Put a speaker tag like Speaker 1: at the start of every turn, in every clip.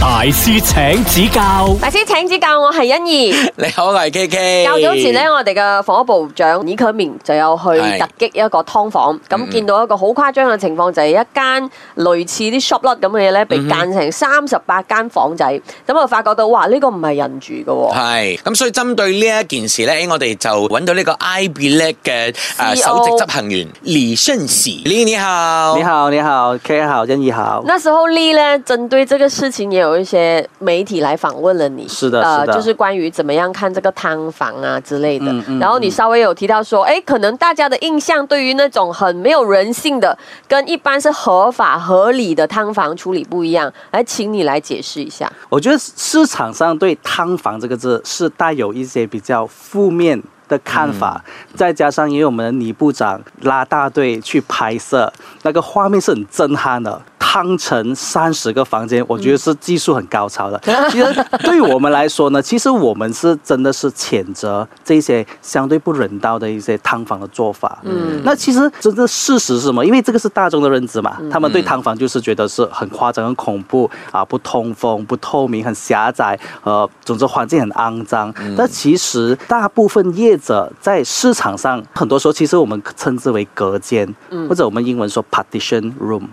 Speaker 1: 大師請指教，
Speaker 2: 大師請指教，我係欣怡。
Speaker 3: 你好，我係 K K。
Speaker 2: 較早前咧，我哋嘅房屋部長倪可敏就有去
Speaker 3: 係
Speaker 2: 突擊一個劏房，咁見到一個好誇張嘅情況，就係、一間類似啲 shop lot 咁嘅嘢咧，被間成三十八間房仔，咁啊發覺到哇，呢、個唔係人住嘅喎。
Speaker 3: 系咁，所以針對呢一件事咧，我哋就揾到呢個 IBLEC E 嘅诶
Speaker 2: CEO
Speaker 3: 首席執行員李胜喜。李你好，
Speaker 4: 你，好，你好，K 好，任意好。
Speaker 2: 那时候丽呢，针对这个事情也有一些媒体来访问了你，呃
Speaker 4: 是的是的
Speaker 2: 就是关于怎么样看这个汤房啊之类的。
Speaker 4: 嗯嗯
Speaker 2: 然后你稍微有提到说，哎，可能大家的印象对于那种很没有人性的，跟一般是合法合理的汤房处理不一样，来，请你来解释一下。
Speaker 4: 我觉得市场上对“汤房”这个字是带有一些比较负面的看法，再加上因为我们的倪部长拉大队去拍摄，那个画面是很震撼的。汤城三十个房间，我觉得是技术很高超的。其实对我们来说呢，其实我们是真的是谴责这些相对不人道的一些汤房的做法。嗯，那其实真正事实是什么？因为这个是大众的认知嘛，他们对汤房就是觉得是很夸张、很恐怖啊，不通风、不透明、很狭窄，呃，总之环境很肮脏。但其实大部分业者在市场上，很多时候其实我们称之为隔间，或者我们英文说 partition room。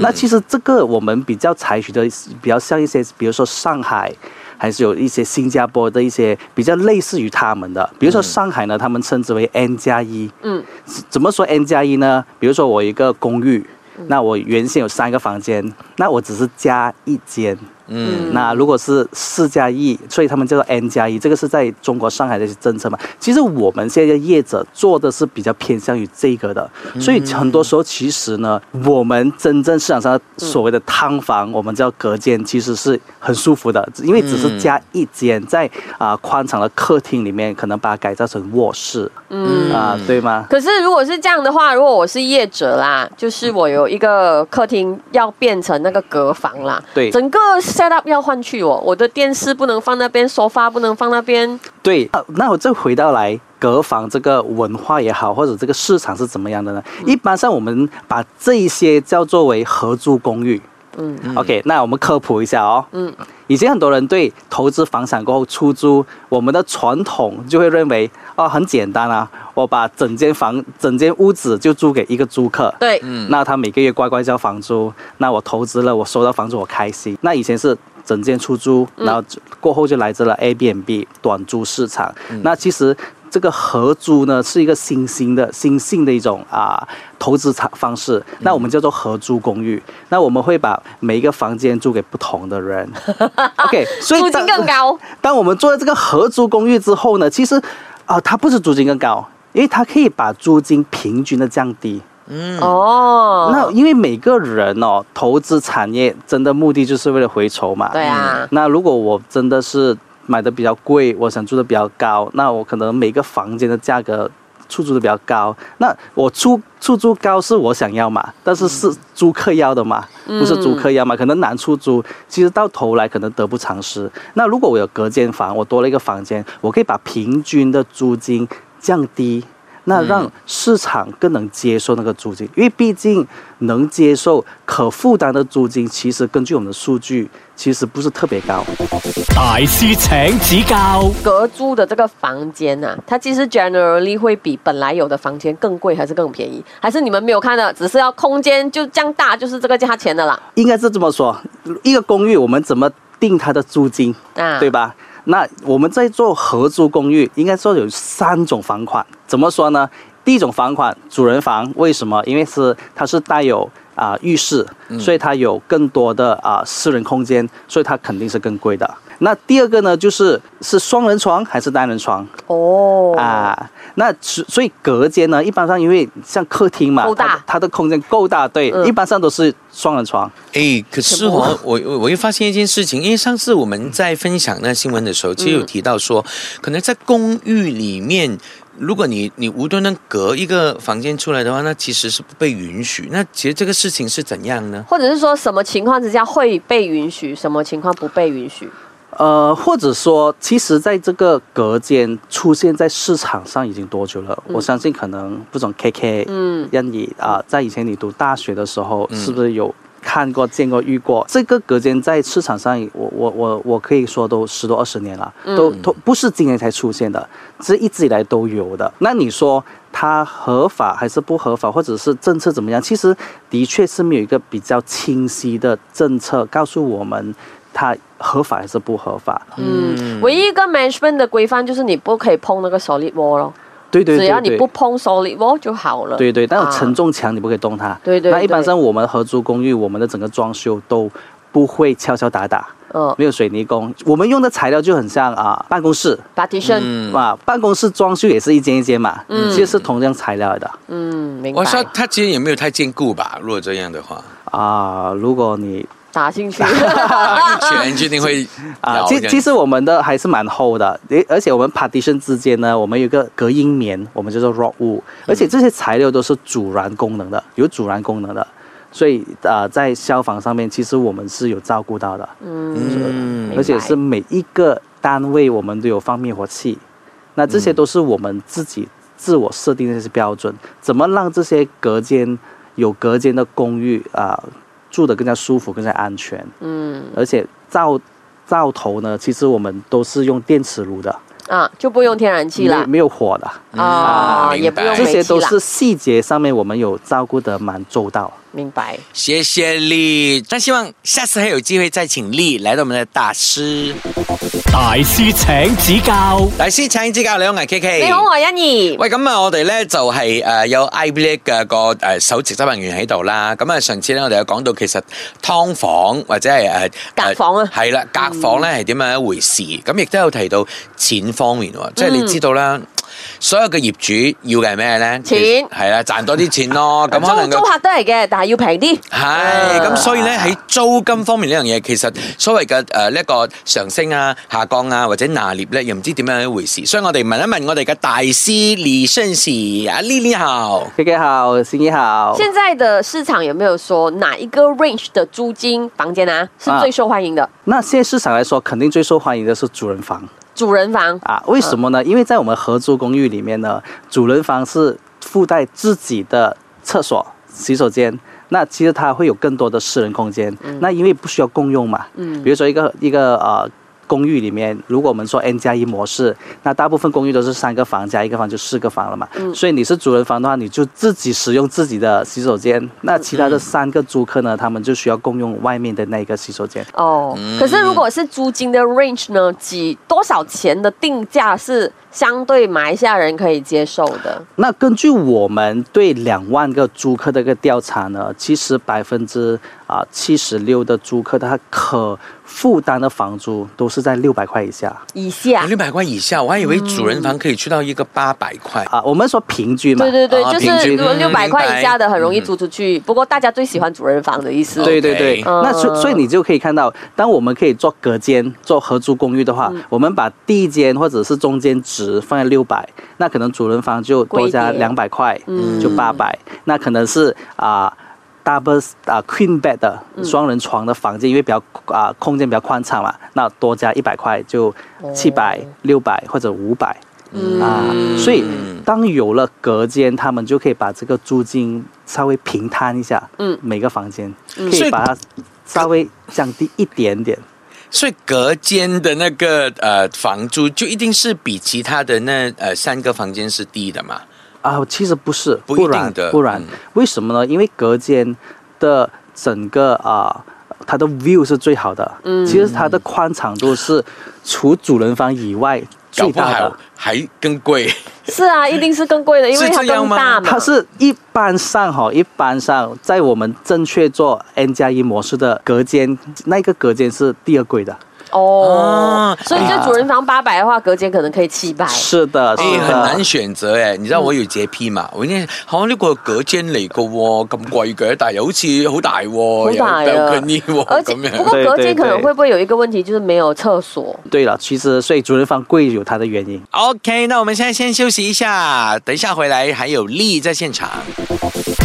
Speaker 4: 那其实这个我们比较采取的比较像一些，比如说上海。还是有一些新加坡的一些比较类似于他们的，比如说上海呢，他们称之为 N 加一。
Speaker 2: 嗯，
Speaker 4: 怎么说 N 加一呢？比如说我有一个公寓，那我原先有三个房间，那我只是加一间。
Speaker 3: 嗯
Speaker 4: 那如果是四加一，所以他们叫做 N 加一，这个是在中国上海的一些政策嘛。其实我们现在业者做的是比较偏向于这个的，所以很多时候其实呢，我们真正市场上所谓的汤房，我们叫隔间，其实是很舒服的，因为只是加一间在啊、宽敞的客厅里面，可能把它改造成卧室，嗯啊、对吗？
Speaker 2: 可是如果是这样的话，如果我是业者啦，就是我有一个客厅要变成那个隔房啦，
Speaker 4: 对
Speaker 2: 整个 set up 要换去哦，我的电视不能放那边，沙发不能放那边，
Speaker 4: 对，啊那我再回到来隔房这个文化也好，或者这个市场是怎么样的呢？一般上我们把这一些叫作为合租公寓。嗯，OK，那我们科普一下哦。嗯，以前很多人对投资房产过后出租，我们的传统就会认为哦很简单啊，我把整间房、整间屋子就租给一个租客。
Speaker 2: 对，
Speaker 4: 那他每个月乖乖交房租，那我投资了，我收到房租我开心。那以前是整间出租，
Speaker 2: 嗯
Speaker 4: 然后就过后就来自了 Airbnb 短租市场。
Speaker 2: 嗯
Speaker 4: 那其实这个合租呢是一个新兴的、新兴的一种啊投资产方式，
Speaker 2: 嗯
Speaker 4: 那我们叫做合租公寓。那我们会把每一个房间租给不同 的人。OK，所以
Speaker 2: 租金
Speaker 4: 当
Speaker 2: 更高。
Speaker 4: 当我们做了这个合租公寓之后呢，其实啊、它不是租金更高，因为它可以把租金平均的降低。
Speaker 2: 哦，
Speaker 4: 那因为每个人哦，投资产业真的目的就是为了回酬嘛。嗯
Speaker 2: 对啊，
Speaker 4: 那如果我真的是买的比较贵，我想住的比较高，那我可能每个房间的价格出租的比较高。那我出出租高是我想要嘛，但是是租客要的嘛，
Speaker 2: 嗯
Speaker 4: 不是租客要嘛，可能难出租，其实到头来可能得不偿失。那如果我有隔间房，我多了一个房间，我可以把平均的租金降低。那让市场更能接受那个租金，因为毕竟能接受可负担的租金，其实根据我们的数据，其实不是特别高。
Speaker 1: 大師請指教，
Speaker 2: 隔租的这个房间呐、啊，它其实 generally 会比本来有的房间更贵，还是更便宜？还是你们没有看到，只是要空间就这样大，就是这个价钱的啦？
Speaker 4: 应该是这么说，一个公寓我们怎么定它的租金，
Speaker 2: 啊
Speaker 4: 对吧？那我们在做合租公寓，应该说有三种房款，怎么说呢？第一种房款，主人房，为什么？因为是它是带有啊、浴室，
Speaker 2: 嗯
Speaker 4: 所以它有更多的啊、私人空间，所以它肯定是更贵的。那第二个呢，就是是双人床还是单人床？
Speaker 2: 哦，
Speaker 4: 啊，那所所以隔间呢，一般上因为像客厅嘛，
Speaker 2: 够大
Speaker 4: 它的它的空间够大，对，
Speaker 2: 嗯
Speaker 4: 一般上都是双人床。
Speaker 3: 诶，可是
Speaker 2: 什么
Speaker 3: 哦，我我我又发现一件事情，因为上次我们在分享那新闻的时候，其实有提到说，可能在公寓里面。如果你你无端端隔一个房间出来的话，那其实是不被允许。那其实这个事情是怎样呢？
Speaker 2: 或者是说什么情况之下会被允许，什么情况不被允许？
Speaker 4: 呃，或者说，其实在这个隔间出现在市场上已经多久了？我相信可能不总 KK，嗯，让你啊、在以前你读大学的时候，是不是有看过、见过、遇过。这个隔间在市场上，我我我我可以说都十多二十年了，都都不是今年才出现的，是一直以来都有的。那你说它合法还是不合法，或者是政策怎么样？其实的确是没有一个比较清晰的政策告诉我们它合法还是不合法。
Speaker 2: 嗯，唯一一个 management 的规范就是你不可以碰那个 solid wall 咯，
Speaker 4: 对对对对。
Speaker 2: 只要你不碰 solid wall 就好了。
Speaker 4: 对对，但有
Speaker 2: 啊
Speaker 4: 承重墙你不可以动它。
Speaker 2: 对对
Speaker 4: 那一般
Speaker 2: 对
Speaker 4: 上我们合租公寓，我们的整个装修都不会敲敲打打，
Speaker 2: 嗯
Speaker 4: 没有水泥工，我们用的材料就很像啊办公室。
Speaker 2: ，partition，
Speaker 4: 啊，办公室装修也是一间一间嘛，嗯、其实是同样材料来的
Speaker 2: 嗯，明白
Speaker 3: 我。说它其实也没有太坚固吧，如果这样 的话，
Speaker 4: 啊。如果你
Speaker 2: 打进去，
Speaker 3: 一拳就一定会
Speaker 4: 啊，
Speaker 3: 咬
Speaker 4: 其
Speaker 3: 这样
Speaker 4: 其实我们的还是蛮厚的，诶而且我们 partition 之间呢，我们有一个隔音棉，我们叫做 rock wool，而且这些材料都是阻燃功能的，有阻燃功能的，所以啊、呃在消防上面其实我们是有照顾到的，
Speaker 3: 嗯
Speaker 2: 明白
Speaker 4: 而且是每一个单位我们都有放灭火器，那这些都是我们自己自我设定的这些标准，怎么让这些隔间有隔间的公寓啊、住得更加舒服、更加安全，
Speaker 2: 嗯
Speaker 4: 而且灶灶头呢，其实我们都是用电磁炉的，
Speaker 2: 啊，就不用天然气
Speaker 4: 没有
Speaker 2: 啦，
Speaker 4: 没有火的，
Speaker 2: 啊，
Speaker 3: 嗯
Speaker 2: 也不用
Speaker 4: 这
Speaker 2: 煤
Speaker 4: 些
Speaker 2: 气
Speaker 4: 都
Speaker 2: 啦
Speaker 4: 是细节上面我们有照顾得蛮周到。
Speaker 2: 明白。
Speaker 3: 谢谢丽，那希望下次还有机会再请丽来到我们的大师
Speaker 1: 大师请指教，
Speaker 3: 大师請指教，你好，我係 K K。
Speaker 2: 你好，我係欣怡，
Speaker 3: 哎喂，咁啊，我哋咧就係呃有 I B 嘅個誒首席執行員喺度啦。咁啊，上次咧我哋有講到其實劏房或者係誒
Speaker 2: 隔房啊
Speaker 3: 係啦，隔房咧係點樣一回事？咁亦都有提到錢方面喎，即係
Speaker 2: 嗯
Speaker 3: 你知道啦，所有嘅業主要嘅係咩咧？
Speaker 2: 錢
Speaker 3: 係啦，賺多啲錢 咯。咁可能
Speaker 2: 租
Speaker 3: 個
Speaker 2: 租客都係嘅，但係要平啲。
Speaker 3: 系，
Speaker 4: 啊
Speaker 3: 咁所以咧喺租金方面呢樣嘢，其實所謂嘅誒呢一個上升啊、下降啊或者拿捏咧，又唔知點樣一回事。所以我哋問一問我哋嘅大師李盛喜啊，呢呢好。
Speaker 4: K K 好，新一好，
Speaker 2: 现在的市场有没有说哪一个 range 的租金房间啊是最受欢迎的？
Speaker 4: 那现在市场来说，肯定最受欢迎的是主人房
Speaker 2: 主人房
Speaker 4: 啊，为什么呢？因为在我们合租公寓里面呢，主人房是附带自己的厕所、洗手间。那其实它会有更多的私人空间，那因为不需要共用嘛。嗯，比如说一个一个呃公寓里面，如果我们说 N 加一模式，那大部分公寓都是三个房加一个房就四个房了嘛。所以你是主人房的话，你就自己使用自己的洗手间。那其他的三个租客呢，他们就需要共用外面的那个洗手间。
Speaker 2: 哦，
Speaker 3: 嗯
Speaker 2: 可是如果是租金的 range 呢，几多少钱的定价是相对马来西亚人可以接受的？
Speaker 4: 那根据我们对两万个租客的一个调查呢，其实百分之啊七十六的租客他可负担的房租都是在六百块以下
Speaker 2: 以下
Speaker 3: 六百块以下，我还以为主人房可以去到一个八百块。
Speaker 4: 啊。我们说平均嘛，
Speaker 2: 对对对，
Speaker 3: 啊
Speaker 2: 就
Speaker 3: 平
Speaker 2: 是
Speaker 3: 均
Speaker 2: 如果六百
Speaker 3: 嗯
Speaker 2: 块以下的很容易
Speaker 3: 嗯
Speaker 2: 租出去。不过大家最喜欢主人房的意思。
Speaker 4: 对对
Speaker 3: OK
Speaker 4: 对
Speaker 2: 嗯
Speaker 4: 那所所以你就可以看到，当我们可以做隔间、做合租公寓的
Speaker 2: 嗯
Speaker 4: 话，我们把第一间或者是中间值放在六百，那可能主人房就
Speaker 2: 贵
Speaker 4: 多加
Speaker 2: 一点嗯
Speaker 4: 两百块，就八百。那可能是啊。double 啊 queen bed 的
Speaker 2: 嗯
Speaker 4: 双人床的房间，因为比较啊、空间比较宽敞嘛，那多加一百块就七百、
Speaker 2: 哦
Speaker 4: 六百或者五百啊，
Speaker 3: 嗯
Speaker 4: 所以当有了隔间，他们就可以把这个租金稍微平摊一下，嗯，每个房间可
Speaker 3: 所以
Speaker 4: 以把它稍微降低一点点。
Speaker 3: 所以隔间的那个呃房租就一定是比其他的那呃三个房间是低的嘛？
Speaker 4: 啊，其实不是，
Speaker 3: 不一
Speaker 4: 不
Speaker 3: 定
Speaker 4: 然
Speaker 3: 的
Speaker 4: 不然、
Speaker 3: 嗯
Speaker 4: 为什么呢？因为隔间的整个啊。它的 view 是最好的，嗯，其实它的宽敞度是除主人房以外
Speaker 3: 搞
Speaker 4: 最
Speaker 3: 不
Speaker 4: 大的
Speaker 3: 好，还更贵。
Speaker 2: 是啊，一定是更贵的，因为
Speaker 3: 是
Speaker 2: 它
Speaker 3: 这样
Speaker 2: 更
Speaker 3: 吗
Speaker 2: 大嘛。
Speaker 4: 它是一般上哈，一般上在我们正确做 N 加一模式的隔间，那个隔间是第二贵的，
Speaker 2: 哦
Speaker 3: 啊，
Speaker 2: 所以这主人房八百的话，隔间可能可以七百。
Speaker 4: 啊是的，
Speaker 3: 哎、
Speaker 4: 是
Speaker 3: 很难
Speaker 4: 的。
Speaker 3: 選擇誒，
Speaker 2: 嗯
Speaker 3: 你知道我有潔癖嘛？我已經好像呢個隔間嚟嘅喎，咁貴嘅，但係又好似好大
Speaker 2: 好
Speaker 3: 喎，
Speaker 2: 大啊
Speaker 3: 有 balcony 喎
Speaker 2: 而且
Speaker 3: 咁
Speaker 2: 不
Speaker 3: 樣。
Speaker 2: 过
Speaker 4: 对
Speaker 2: 隔
Speaker 4: 对
Speaker 2: 间可能
Speaker 4: 对
Speaker 2: 会不会有一个问题，就是没有厕所？
Speaker 4: 对了，其实所以主人房贵有它的原因。
Speaker 3: OK，那我們現在先休息一下，等一下回來還有麗在現場。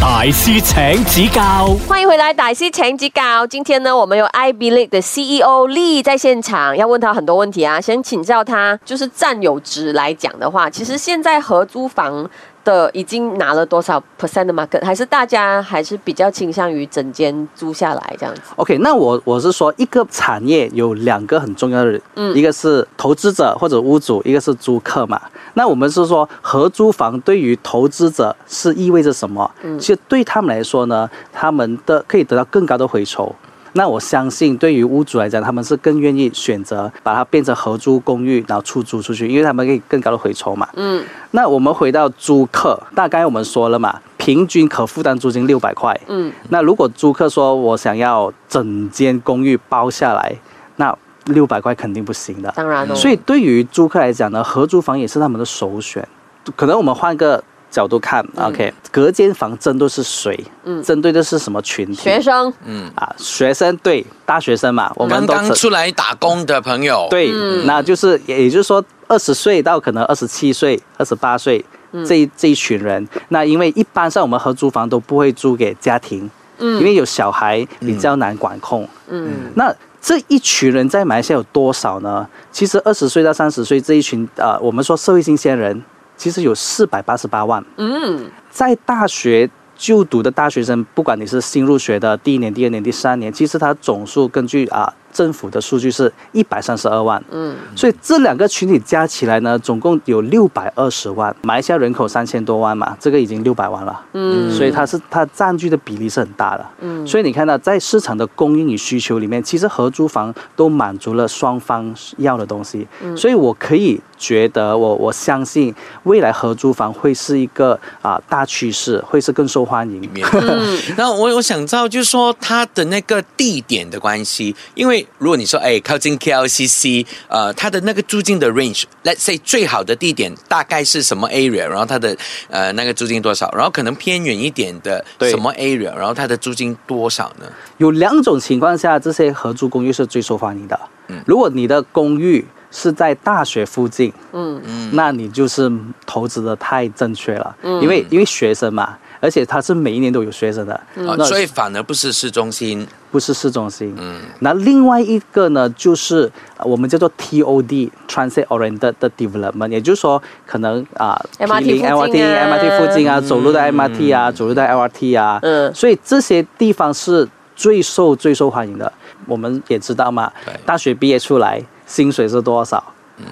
Speaker 1: 大师请指教，
Speaker 2: 欢迎回来，大师请指教。今天呢，我们有 IB l e 的 CEO 丽在现场，要问他很多问题啊。先请教他，就是占有值来讲的话，其实现在合租房的已经拿了多少 percent 的 market，还是大家还是比较倾向于整间租下来这样子？
Speaker 4: OK，那我我是说，一个产业有两个很重要的人，一个是投资者或者屋主，一个是租客嘛。那我们是说，合租房对于投资者是意味着什么？其实对他们来说呢，他们的可以得到更高的回酬。那我相信，对于屋主来讲，他们是更愿意选择把它变成合租公寓，然后出租出去，因为他们可以更高的回酬嘛。嗯。那我们回到租客，大概我们说了嘛，平均可负担租金六百块。嗯。那如果租客说我想要整间公寓包下来，那六百块肯定不行的。
Speaker 2: 当然哦，
Speaker 4: 所以对于租客来讲呢，合租房也是他们的首选。可能我们换个角度看、o
Speaker 2: 嗯
Speaker 4: k 隔间房针对是谁？嗯，针对的是什么群体？
Speaker 2: 学生
Speaker 4: 啊，学生对大学生嘛，我们
Speaker 3: 刚
Speaker 4: 都
Speaker 3: 刚
Speaker 4: 只
Speaker 3: 出嗯来打工的朋友，，
Speaker 4: 对，那就是也也就是说，二十岁到可能二十七岁、二十八岁
Speaker 3: 嗯
Speaker 4: 这一这一群人，那因为一般上我们合租房都不会租给家庭，
Speaker 3: 嗯
Speaker 4: 因为有小孩比较难管控，嗯，那。这一群人在马来西亚有多少呢？其实二十岁到三十岁这一群，呃，我们说社会新鲜人，其实有四百八十八万。在大学就读的大学生，不管你是新入学的第一年、第二年、第三年，其实它总数根据啊政府的数据是一百三十二万，嗯，所以这两个群体加起来呢，总共有六百二十万，马来西亚人口三千多万嘛，这个已经六百万了，嗯，所以它是它占据的比例是很大的，嗯，所以你看到在市场的供应与需求里面，其实合租房都满足了双方要的东西，所以我可以觉得我我相信未来合租房会是一个啊、大趋势，会是更受欢迎。
Speaker 3: 面。 然后我我想知道，就是说它的那个地点的关系，因为如果你说哎靠近 KLCC，呃，它的那个租金的 range，let's say 最好的地点大概是什么 area，然后它的呃那个租金多少，然后可能偏远一点的
Speaker 4: 对
Speaker 3: 什么 area，然后它的租金多少呢？
Speaker 4: 有两种情况下，这些合租公寓是最受欢迎的。
Speaker 3: 嗯
Speaker 4: 如果你的公寓是在大学附近，嗯嗯，那你就是投资的太正确了，因为因为学生嘛，而且他是每一年都有学生的，
Speaker 3: 啊、
Speaker 4: 嗯那
Speaker 3: 所以反而不是市中心，
Speaker 4: 不是市中心。嗯，那另外一个呢，就是呃我们叫做 TOD Transit Oriented 的 Development，也就是说，可能啊、
Speaker 2: MRT
Speaker 4: 毗邻
Speaker 2: 附近啊
Speaker 4: MRT MRT 附近啊，走路的 MRT 啊，走路的 LRT 啊，
Speaker 2: 嗯
Speaker 4: 所以这些地方是最受最受欢迎的。我们也知道嘛
Speaker 3: 对，
Speaker 4: 大学毕业出来薪水是多少？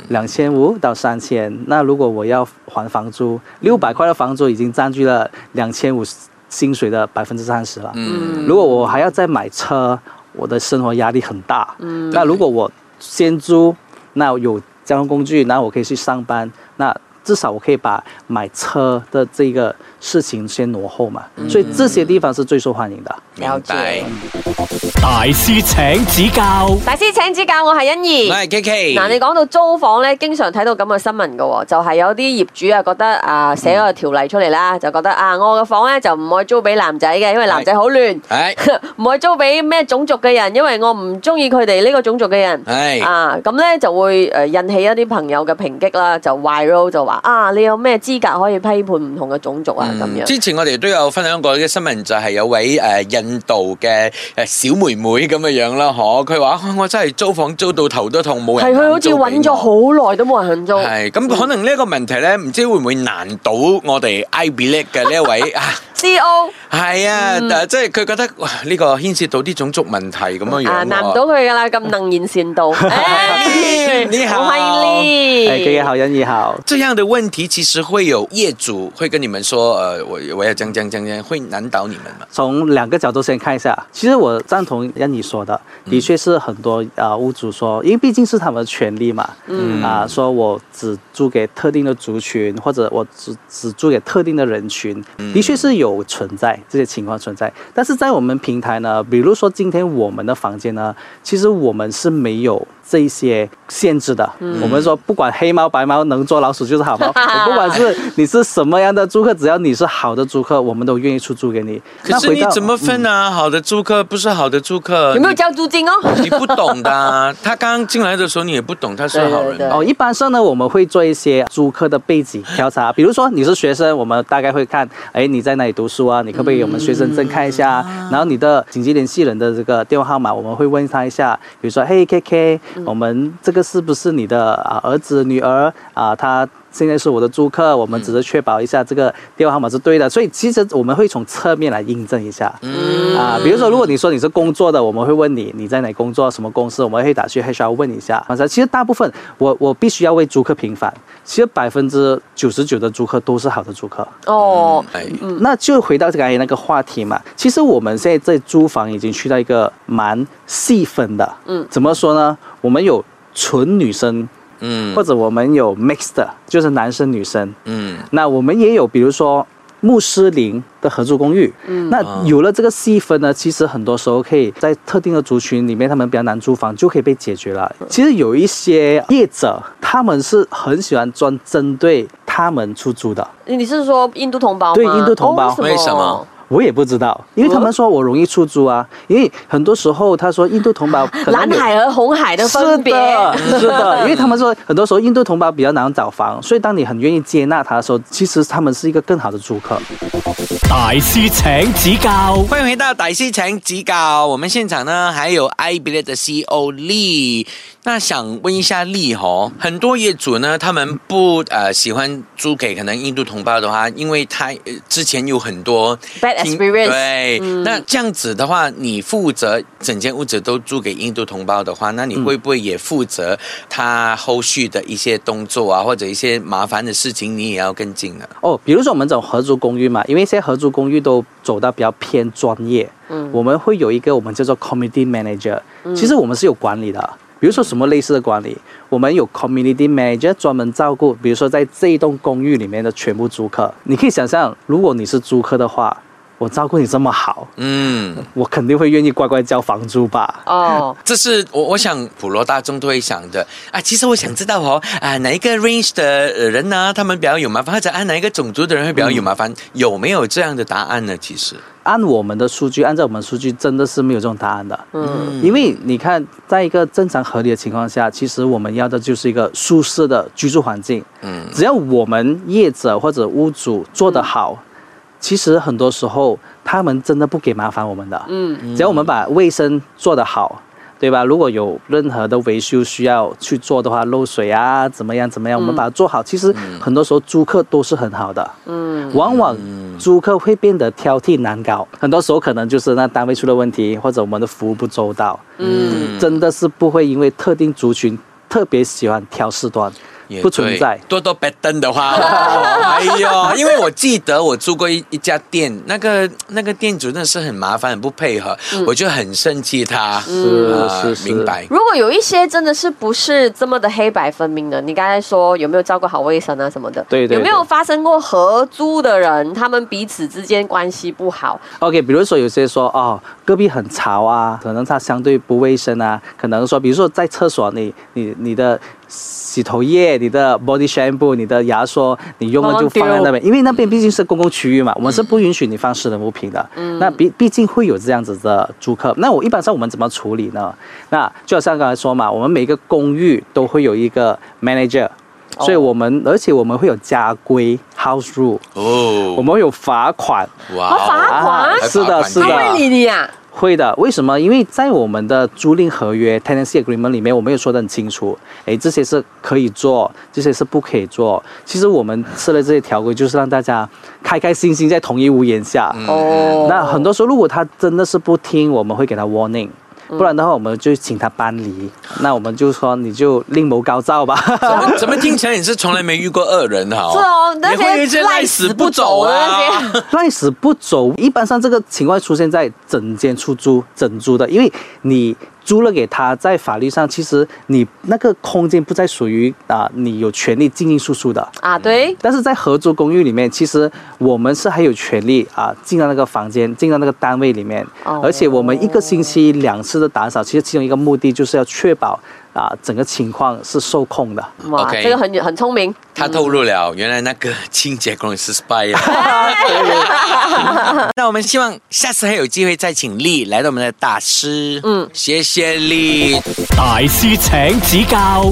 Speaker 4: 两千五到三千，那如果我要还房租，六百块的房租已经占据了两千五薪水的百分之三十了。嗯，如果我还要再买车，我的生活压力很大。嗯，那如果我先租，那有交通工具，那我可以去上班，那至少我可以把买车的这个事情先挪后嘛。所以这些地方是最受欢迎的。
Speaker 3: 明
Speaker 2: 了解
Speaker 3: 白？
Speaker 1: 大师请指教，
Speaker 2: 大師請指教，我係欣怡。
Speaker 3: 来 K K，
Speaker 2: 嗱，你講到租房咧，經常睇到咁嘅新聞嘅喎，就係、有啲業主啊覺得啊寫咗個條例出嚟啦，就覺得啊我嘅房咧就唔可以租俾男仔嘅，因為男仔好亂，
Speaker 3: 哎
Speaker 2: 唔可以租俾咩種族嘅人，因為我唔中意佢哋呢個種族嘅人。
Speaker 3: 哎，
Speaker 2: 啊，咁咧就會誒引起一啲朋友嘅抨擊啦，就 viral 就話啊，你有咩資格可以批判唔同嘅種族啊咁、樣。
Speaker 3: 嗯之前我哋都有分享過嘅新聞，就係有位誒、呃印度嘅誒小妹妹咁嘅樣啦，嗬，佢話、啊我真係租房租到頭都痛，冇人
Speaker 2: 係佢好似
Speaker 3: 肯租俾
Speaker 2: 揾咗
Speaker 3: 我。
Speaker 2: 好嗯耐都冇人肯租。
Speaker 3: 係咁，可能呢一個問題咧，唔知會唔會難倒我哋 I b e l i e 嘅呢一位啊？
Speaker 2: C E O
Speaker 3: 係啊，
Speaker 2: 嗯
Speaker 3: 但係即係佢覺得哇，呢、個牽涉到啲種族問題咁樣樣
Speaker 2: 啊，
Speaker 3: 喎
Speaker 2: 難唔到佢噶啦，咁能言善 道。哎
Speaker 3: 你好
Speaker 2: 我歡迎你。
Speaker 4: 哎，各位好，人你好。
Speaker 3: 这样的问题其实会有业主会跟你们说，呃，我我要将将将将，会难倒你们吗？
Speaker 4: 从两个角度先看一下，其实我赞同让你说的，的确是很多啊、呃屋主说，因为毕竟是他们的权利嘛，嗯啊、说我只租给特定的族群，或者我只只租给特定的人群，的确是有存在这些情况存在。但是在我们平台呢，比如说今天我们的房间呢，其实我们是没有这一些限制的。我们说不管黑猫白猫，能捉老鼠就是好猫，我不管是你是什么样的租客，只要你是好的租客，我们都愿意出租给你。
Speaker 3: 可是
Speaker 4: 那回
Speaker 3: 你
Speaker 4: 到
Speaker 3: 怎么分啊？好的租客不是好的租客，
Speaker 2: 嗯有沒有
Speaker 3: 你
Speaker 2: 交租金哦？
Speaker 3: 你不懂的啊、他刚进来的时候你也不懂他是好人
Speaker 2: 对对对
Speaker 3: 吗。
Speaker 4: 哦，一般上呢，我们会做一些租客的背景 调查，比如说你是学生，我们大概会看，哎，你在哪里读书啊？你可不可以给我们学生证看一下啊？
Speaker 3: 嗯
Speaker 4: 然后你的紧急联系人的这个电话号码，我们会问他一下，比如说，嘿，K K，我们这个是不是你的啊儿子、女儿啊？他现在是我的租客，我们只是确保一下这个电话号码是对的。所以其实我们会从侧面来印证一下。嗯啊，比如说如果你说你是工作的，我们会问你你在哪工作，什么公司，我们会打去 HR 问一下。反正其实大部分我我必须要为租客平反，其实百分之九十九的租客都是好的租客。
Speaker 2: 哦，
Speaker 3: 哎，
Speaker 4: 那就回到刚才那个话题嘛。其实我们现在在租房已经去到一个蛮细分的，嗯，怎么说呢？我们有纯女生，
Speaker 3: 嗯
Speaker 4: 或者我们有 mixed，的就是男生女生。
Speaker 3: 嗯
Speaker 4: 那我们也有比如说穆斯林的合租公寓，嗯，那有了这个细分呢，其实很多时候可以在特定的族群里面，他们比较难租房就可以被解决
Speaker 2: 嗯
Speaker 4: 了。其实有一些业者，他们是很喜欢专针对他们出租的。
Speaker 2: 你是说印度同胞吗？
Speaker 4: 对印度同胞
Speaker 2: 哦
Speaker 3: 为什么？
Speaker 4: 我也不知道，因为他们说我容易出租啊，因为很多时候他说印度 同胞可能
Speaker 2: 蓝
Speaker 4: 有
Speaker 2: 海和红海的分别，
Speaker 4: 是的，是 的，因为他们说很多时候印度同胞比较难找房，所以当你很愿意接纳他的时候，其实他们是一个更好的租客。
Speaker 1: 大师请指教，
Speaker 3: 欢迎回到歹西城指教，我们现场呢还有 i b i l e 的 CEO 丽。那想问一下丽哦，很多业主呢，他们不呃喜欢租给可能印度同胞的话，因为他、呃之前有很多
Speaker 2: Bad
Speaker 3: 听
Speaker 2: experience 嗯
Speaker 3: 对，那这样子的话，你负责整间屋子都租给印度同胞的话，那你
Speaker 2: 嗯
Speaker 3: 会不会也负责他后续的一些动作啊，或者一些麻烦的事情，你也要跟进呢？啊
Speaker 4: 哦，比如说我们这种合租公寓嘛，因为现在合租公寓都走到比较偏专业，嗯，我们会有一个我们叫做 community manager，、其实我们是有管理的。比如说什么类似的管理，我们有 community manager 专门照顾，比如说在这一栋公寓里面的全部租客。你可以想象，如果你是租客的话，我照顾你这么好，
Speaker 3: 嗯。
Speaker 4: 我肯定会愿意乖乖交房租吧。
Speaker 2: 哦，
Speaker 3: 这是我我想普罗大众都会想的啊。其实我想知道哦，啊哪一个 range 的呃人呢、他们比较有麻烦，或者啊哪一个种族的人会比较有麻烦，有没有这样的答案呢？其实，
Speaker 4: 按我们的数据，按照我们数据，真的是没有这种答案的。嗯，因为你看，在一个正常合理的情况下，其实我们要的就是一个舒适的居住环境。
Speaker 3: 嗯，
Speaker 4: 只要我们业者或者屋主做得好，其实很多时候他们真的不给麻烦我们的。嗯，只要我们把卫生做得好。对吧？如果有任何的维修需要去做的话，漏水啊，怎么样怎么样，我们把它做好。其实
Speaker 3: 嗯
Speaker 4: 很多时候租客都是很好的。往往
Speaker 3: 嗯
Speaker 4: 租客会变得挑剔难搞，很多时候可能就是那单位出了问题，或者我们的服务不周到，嗯，真的是不会因为特定族群特别喜欢挑事端
Speaker 3: 也，
Speaker 4: 不存在
Speaker 3: 对。多多拜登的话，哎呦，因为我记得我住过一一家店，那个那个店主真的是很麻烦，很不配合，我就很生气他。
Speaker 4: 是
Speaker 3: 啊
Speaker 4: 是是
Speaker 3: 明白。
Speaker 2: 如果有一些真的是不是这么的黑白分明的，你刚才说有没有照顾好卫生啊什么的？
Speaker 4: 对对对
Speaker 2: 有没有发生过合租的人，他们彼此之间关系不好？
Speaker 4: OK，比如说有些说哦，隔壁很吵啊，可能它相对不卫生啊，可能说，比如说在厕所你你你的洗头液、你的 body shampoo、你的牙刷，你用了就放在那
Speaker 2: 乱
Speaker 4: 边，因为那边毕竟是公共区域嘛，我们是不允许你放私人物品的。那毕毕竟会有这样子的租客，那我一般上我们怎么处理呢？那就好像刚才说嘛，我们每个公寓都会有一个 manager。所以我们，而且我们会有家规 （house rule），
Speaker 3: 哦，
Speaker 4: 我们会啊有罚款，
Speaker 3: 哇哦
Speaker 2: 好罚款
Speaker 3: 还
Speaker 4: 是的
Speaker 3: 款
Speaker 4: 是
Speaker 2: 他
Speaker 4: 的
Speaker 2: 会理你啊？
Speaker 4: 会的，为什么？因为在我们的租赁合约 （tenancy agreement） 里面，我们有说得很清楚，诶，这些是可以做，这些是不可以做。其实我们设了这些条规，就是让大家开开心心在同一屋檐下。
Speaker 2: 哦，
Speaker 4: 嗯那很多时候，如果他真的是不听，我们会给他 warning。不然的话，我们就请他搬离。那我们就说，你就另谋高照吧。
Speaker 3: 怎么听起来你是从来没遇过恶人的哦？
Speaker 2: 是哦，
Speaker 3: 你会有
Speaker 2: 那
Speaker 3: 一些
Speaker 2: 些赖
Speaker 3: 赖
Speaker 2: 死
Speaker 3: 死不
Speaker 2: 不
Speaker 3: 走
Speaker 2: 走的
Speaker 3: 啊
Speaker 2: 那些，
Speaker 4: 赖死不走，一般上这个情况出现在整间出租、整租的，因为你租了给他，在法律上其实你那个空间不再属于啊、你有权利进进出出的。
Speaker 2: 啊，对，
Speaker 4: 但是在合租公寓里面，其实我们是还有权利啊进到那个房间、进到那个单位里面，
Speaker 2: 哦
Speaker 4: 而且我们一个星期两次的打扫，其实其中一个目的就是要确保啊整个情况是受控的。
Speaker 2: 哇
Speaker 3: OK
Speaker 2: 这个很很聪明，
Speaker 3: 他透露了，原来那个清洁工是 spy 啊。那我们希望下次还有机会再请丽来到我们的大师。嗯，谢谢丽。
Speaker 1: 大师请指教。